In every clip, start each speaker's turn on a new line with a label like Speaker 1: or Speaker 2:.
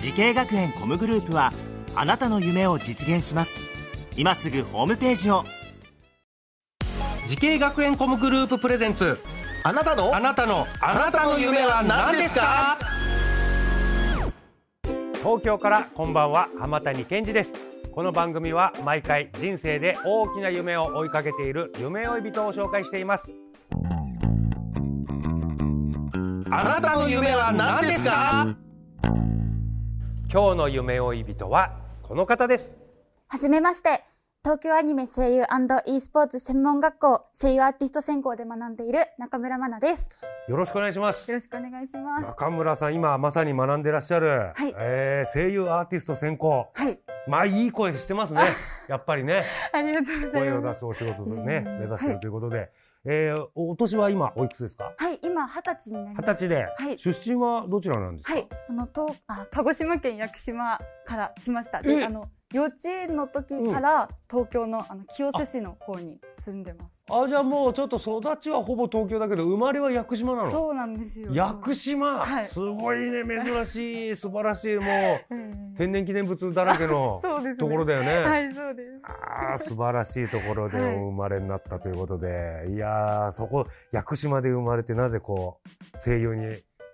Speaker 1: 時系学園コムグループはあなたの夢を実現します今すぐホームページを
Speaker 2: 時系学園コムグループプレゼンツ
Speaker 3: あなたの
Speaker 2: あなたのあなたの夢は何ですか東京からこんばんは浜谷健二ですこの番組は毎回人生で大きな夢を追いかけている夢追い人を紹介しています
Speaker 3: あなたの夢は何ですか
Speaker 2: 今日の夢追い人はこの方です
Speaker 4: はじめまして。東京アニメ声優 &e スポーツ専門学校声優アーティスト専攻で学んでいる中村真奈です。
Speaker 2: よろしくお願いします
Speaker 4: よろしくお願いします。
Speaker 2: 中村さん今まさに学んでらっしゃる、
Speaker 4: はい
Speaker 2: えー声優アーティスト専攻
Speaker 4: はい。
Speaker 2: まあいい声してますねやっぱり ね
Speaker 4: ありがとうござい
Speaker 2: 声を
Speaker 4: ま
Speaker 2: 出
Speaker 4: す。
Speaker 2: すお仕事を
Speaker 4: いえ
Speaker 2: ね、
Speaker 4: いえ
Speaker 2: 目指しているということで、えーお年は今おいくつですか
Speaker 4: はい、今二十歳になり
Speaker 2: 二
Speaker 4: ま
Speaker 2: 十
Speaker 4: す。
Speaker 2: 歳で、
Speaker 4: はい
Speaker 2: 出身はどちらなんですか、
Speaker 4: はい。あの、とあ鹿児島県屋久島から来ました。で、あの、幼稚園の時から東京のあの清瀬市の方に住んでます。
Speaker 2: あじゃあもうちょっと育ちはほぼ東京だけど生まれは屋久島なの
Speaker 4: そうなんですよ。
Speaker 2: 屋久島、
Speaker 4: はい
Speaker 2: すごいね珍しい素晴らし いも
Speaker 4: そううん
Speaker 2: う天然記念物だらけの
Speaker 4: そうですね。
Speaker 2: ところだよね、
Speaker 4: はい、そうです。
Speaker 2: あー素晴らしいところで
Speaker 4: はい
Speaker 2: お生まれになったということで、い、やーそこ屋久島で生まれてなぜこう声優に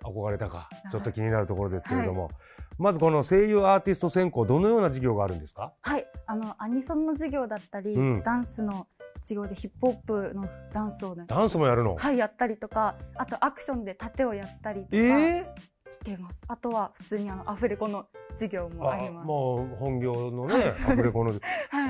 Speaker 2: 憧れたかちょっと気になるところですけれども、まずこの声優アーティスト専攻どのような授業があるんですか
Speaker 4: はい、あのアニソンの授業だったり、
Speaker 2: うん
Speaker 4: ダンスの授業でヒップホップのダンスをね、
Speaker 2: ダンスもやるの、
Speaker 4: はいやったりとか、あとアクションで盾をやったりとか
Speaker 2: ええ
Speaker 4: してます。あとは普通にあのアフレコの授業もあり
Speaker 2: あ
Speaker 4: ます。
Speaker 2: もう本業のね、
Speaker 4: はい
Speaker 2: アフレ コの
Speaker 4: は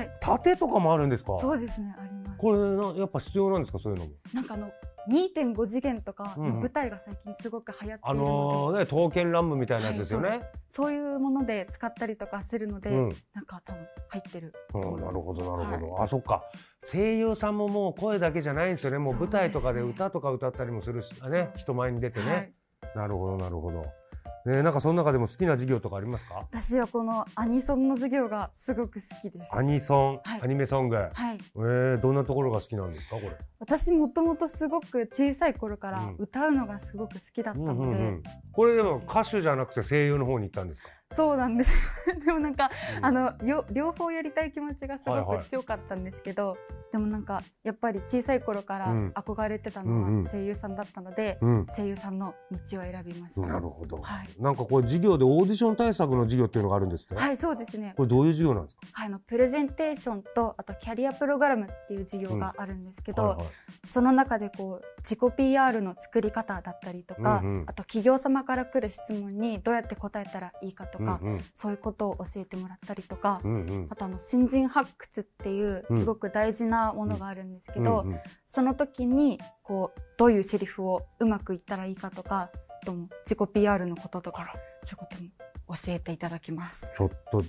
Speaker 4: い、
Speaker 2: 盾とかもあるんですか
Speaker 4: そうですねあります。
Speaker 2: これなやっぱ必要なんですかそういうのも
Speaker 4: なんかあの2.5次元とか
Speaker 2: う
Speaker 4: の
Speaker 2: ん
Speaker 4: 舞台が最近すごく流行ってい
Speaker 2: あ
Speaker 4: るので、
Speaker 2: のーね刀剣乱舞みたいなやつですよね、
Speaker 4: はいそういうもので使ったりとかするので、
Speaker 2: うん
Speaker 4: なんか多分入ってる。
Speaker 2: うん、なるほどなるほど、あそっか声優さんももう声だけじゃないんですよねもう
Speaker 4: そうですね
Speaker 2: 舞台とかで歌とか歌ったりもするしあね人前に出てね、
Speaker 4: はい。
Speaker 2: なるほどなるほど、ね、なんかその中でも好きな授業とかありますか
Speaker 4: 私はこのアニソンの授業がすごく好きです。
Speaker 2: アニソン、
Speaker 4: はい
Speaker 2: アニメソング、
Speaker 4: はい。
Speaker 2: えー、どんなところが好きなんですかこれ、
Speaker 4: 私もともとすごく小さい頃か
Speaker 2: う
Speaker 4: ら
Speaker 2: ん
Speaker 4: 歌うのがすごく好きだった
Speaker 2: うんうん
Speaker 4: の
Speaker 2: う
Speaker 4: で、
Speaker 2: ん、これでも歌手じゃなくて声優の方に行ったんですか、
Speaker 4: そうなんです でもなんか、
Speaker 2: うん
Speaker 4: あのよ両方やりたい気持ちがすご
Speaker 2: はいは
Speaker 4: く
Speaker 2: い
Speaker 4: 強かったんですけど、でもなんかやっぱり小さい頃から
Speaker 2: うん
Speaker 4: 憧れてた
Speaker 2: うんう
Speaker 4: の
Speaker 2: ん
Speaker 4: は声優さんだったので、
Speaker 2: うん
Speaker 4: 声優さんの道を選びました、
Speaker 2: なるほど、
Speaker 4: はい、
Speaker 2: なんかこう授業でオーディション対策の授業っていうのがあるんですって、
Speaker 4: はい、そうですね、
Speaker 2: これどういう授業なんですか
Speaker 4: はい、あのプレゼンテーションとあとキャリアプログラムっていう授業があるんですけど、
Speaker 2: はいはい
Speaker 4: その中でこう自己 PR の作り方だったりとか、
Speaker 2: うんうん
Speaker 4: あと企業様から来る質問にどうやって答えたらいいかとか、
Speaker 2: うん
Speaker 4: そういうことを教えてもらったりとか、
Speaker 2: うんうんうん
Speaker 4: あとあの新人発掘っていう
Speaker 2: うん
Speaker 4: すごく大事なものがあるんですけど、
Speaker 2: うんうん
Speaker 4: その時にこうどういうセリフをうまく言ったらいいかとかあとも自己 PR のこととかそういうことも教えていただきます。
Speaker 2: ちょっと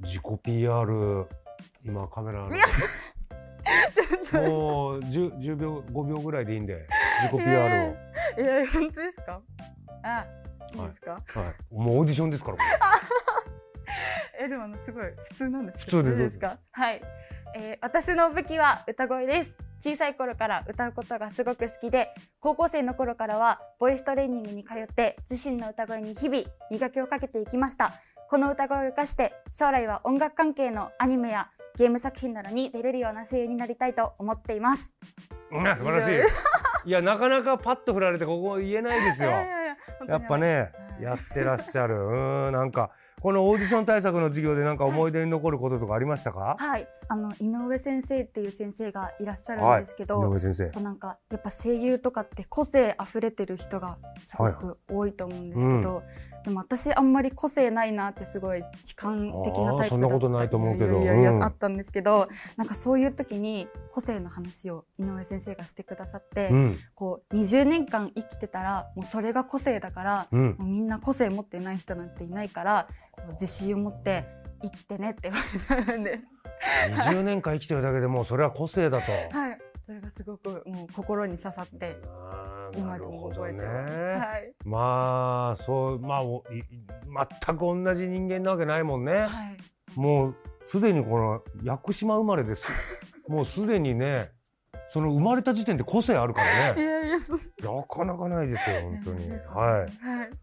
Speaker 2: 自己 PR 今カメラの もう 10, 10秒5秒ぐらいでいいんで自己 PR を、はい
Speaker 4: えいや本当ですかあ
Speaker 2: いいです
Speaker 4: か、
Speaker 2: もうオーディションですからこ
Speaker 4: えでもあのすごい普通なんですけ
Speaker 2: 普
Speaker 4: ど
Speaker 2: 通です
Speaker 4: 大丈夫かはい、えー私の武器は歌声です小さい頃から歌うことがすごく好きで高校生の頃からはボイストレーニングに通って自身の歌声に日々磨きをかけていきましたこの歌声を生かして将来は音楽関係のアニメやゲーム作品などに出れるような声優になりたいと思っています
Speaker 2: れ、うん、素晴らしいいやなかなかパッと振られてここ言えないですよやっぱね
Speaker 4: はい
Speaker 2: やってらっしゃ るうーんなんかこのオーディション対策の授業でなんか思い出に残ることとかありましたか、
Speaker 4: はいあの井上先生っていう先生がいらっしゃる
Speaker 2: は
Speaker 4: ん
Speaker 2: い
Speaker 4: ですけ
Speaker 2: 井
Speaker 4: ど、
Speaker 2: 上先生
Speaker 4: やっぱなんかやっぱ声優とかって個性あふれてる人がすごく多いと思うんですけど、でも私あんまり個性ないなってすごい悲観的なタイプだった
Speaker 2: あーそんなことないと思うけど
Speaker 4: ややや
Speaker 2: うん
Speaker 4: あったんですけどなんかそういう時に個性の話を井上先生がしてくださって、
Speaker 2: うん。
Speaker 4: こう20年間生きてたらもうそれが個性だから、
Speaker 2: うん。
Speaker 4: もうみんな個性持ってない人なんていないからこう自信を持って生きてねって言われた んで、
Speaker 2: 20年間生きてるだけでもうそれは個性だと。
Speaker 4: はい、それがすごくもう心に刺さって
Speaker 2: あーな
Speaker 4: 今
Speaker 2: る
Speaker 4: でも
Speaker 2: ほ
Speaker 4: 覚
Speaker 2: ど
Speaker 4: え
Speaker 2: ね
Speaker 4: て。ま す。はい
Speaker 2: まあ、そう、まあ、おいい全く同じ人間なわけないもんね。
Speaker 4: はい
Speaker 2: もう、すでにこの、屋久島生まれ です。もうすでにね、その生まれた時点で個性あるから
Speaker 4: い
Speaker 2: ね。
Speaker 4: やいや、そう
Speaker 2: なかなかないですよ、本当に。はい。
Speaker 4: はい。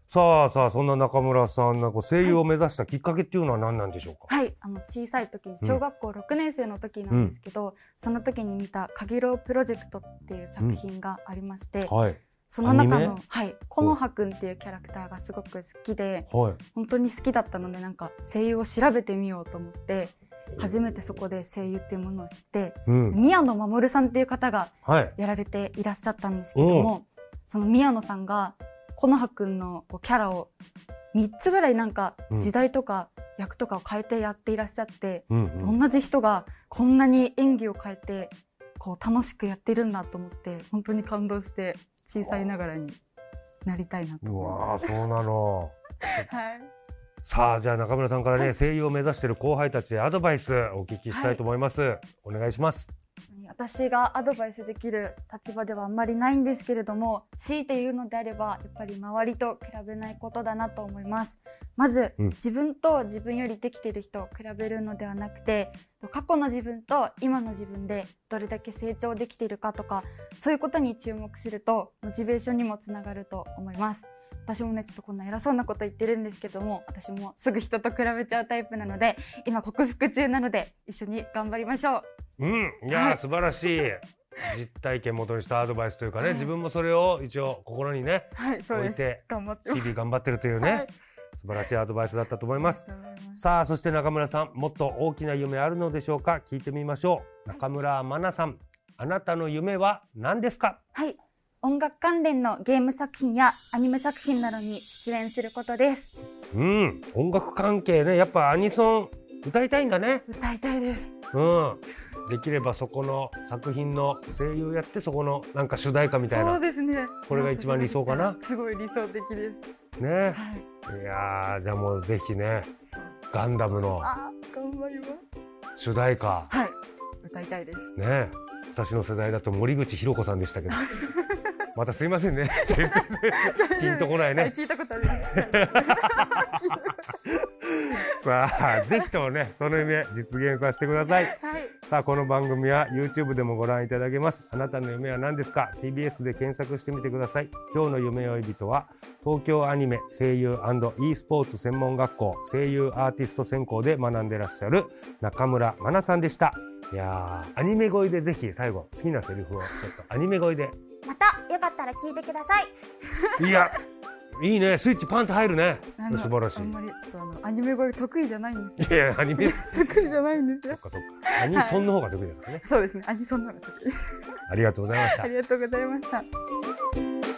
Speaker 2: さあさあ、そんな中村さんがこう声優を目指したきっかけっていうのは何なんでしょうか、
Speaker 4: はい、あの小さい時に小学校6年生の時なんですけど、その時に見た「かげろうプロジェクト」っていう作品がありまして、
Speaker 2: はい。
Speaker 4: その中
Speaker 2: アニ
Speaker 4: の、はい、このはくんっていうキャラクターがすごく好きで
Speaker 2: はい。
Speaker 4: 本当に好きだったのでなんか声優を調べてみようと思って初めてそこで声優っていうものを知って
Speaker 2: うん。
Speaker 4: 宮野真守さんっていう方が
Speaker 2: はい。
Speaker 4: やられていらっしゃったんですけども、その宮野さんがコノハくんのこうキャラを3つぐらいなんか
Speaker 2: うん
Speaker 4: 時代とか役とかを変えてやっていらっしゃって、
Speaker 2: うん、うん。
Speaker 4: 同じ人がこんなに演技を変えてこう楽しくやってるんだと思って本当に感動して小さいながらになりたいなと
Speaker 2: う
Speaker 4: 思いま
Speaker 2: わあ、そうなの。
Speaker 4: す。はい
Speaker 2: さあ、じゃあ中村さんからね、
Speaker 4: は
Speaker 2: 声優を目指している後輩たちへアドバイスお聞きしたいと思います。お願いします。
Speaker 4: 私がアドバイスできる立場ではあんまりないんですけれども強いて言うのであればやっぱり周りと比べないことだなと思いますまず、
Speaker 2: うん
Speaker 4: 自分と自分よりできてる人を比べるのではなくて過去の自分と今の自分でどれだけ成長できているかとかそういうことに注目するとモチベーションにもつながると思います私もねちょっとこんな偉そうなこと言ってるんですけども私もすぐ人と比べちゃうタイプなので今克服中なので一緒に頑張りましょ
Speaker 2: う
Speaker 4: う
Speaker 2: ん。いやー、
Speaker 4: はい
Speaker 2: 素晴らしい。実体験元にしたアドバイスというかね、
Speaker 4: はい
Speaker 2: 自分もそれを一応心にね、
Speaker 4: はいそう
Speaker 2: 置
Speaker 4: で
Speaker 2: い
Speaker 4: す
Speaker 2: て、
Speaker 4: 頑張って
Speaker 2: 日
Speaker 4: ます。
Speaker 2: 々頑張ってるというね、
Speaker 4: はい
Speaker 2: 素晴らしいアドバイスだったと思います。
Speaker 4: ありがとうございます
Speaker 2: さあそして中村さんもっと大きな夢あるのでしょうか聞いてみましょう中村真奈さんあなたの夢は何ですか
Speaker 4: はい。音楽関連のゲーム作品やアニメ作品などに出演することです。
Speaker 2: うん音楽関係ねやっぱアニソン歌いたいんだね
Speaker 4: 歌いたいです。
Speaker 2: うんできればそこの作品の声優やってそこのなんか主題歌みたい
Speaker 4: そう
Speaker 2: なね
Speaker 4: ですね。
Speaker 2: これが一番理想かな
Speaker 4: すごい理想的です。はい。
Speaker 2: いやーじゃあもうぜひねガンダムの
Speaker 4: あー、頑張ります。
Speaker 2: 主題歌
Speaker 4: はい。歌いたいです。
Speaker 2: ね私の世代だと森口博子さんでしたけどまたすいませんね全然ピンとこないね
Speaker 4: はい、聞いたことあります。
Speaker 2: さあ、ぜひとも ね、その夢実現させてください。さあ、この番組は YouTube でもご覧いただけます。あなたの夢は何ですか ?TBS で検索してみてください。今日の夢追い人は、東京アニメ声優 &e スポーツ専門学校声優アーティスト専攻で学んでらっしゃる中村真奈さんでした。いやー、アニメ声でぜひ最後、好きなセリフをちょっとアニメ声 で。
Speaker 5: またよかったら聞いてください
Speaker 2: いや、いいね、スイッチパンって入るね。 素晴らし
Speaker 4: あん
Speaker 2: い。
Speaker 4: まりちょっとあのアニメ声得意じゃないんですよ。
Speaker 2: いや、アニメ、そ
Speaker 4: 得意じゃないんで す
Speaker 2: っ
Speaker 4: よ。
Speaker 2: かそっか。アニソンの方が得意だからね。
Speaker 4: そうですね。アニソンなら得意です。
Speaker 2: ありがとうございました
Speaker 4: あ。りがとうございました。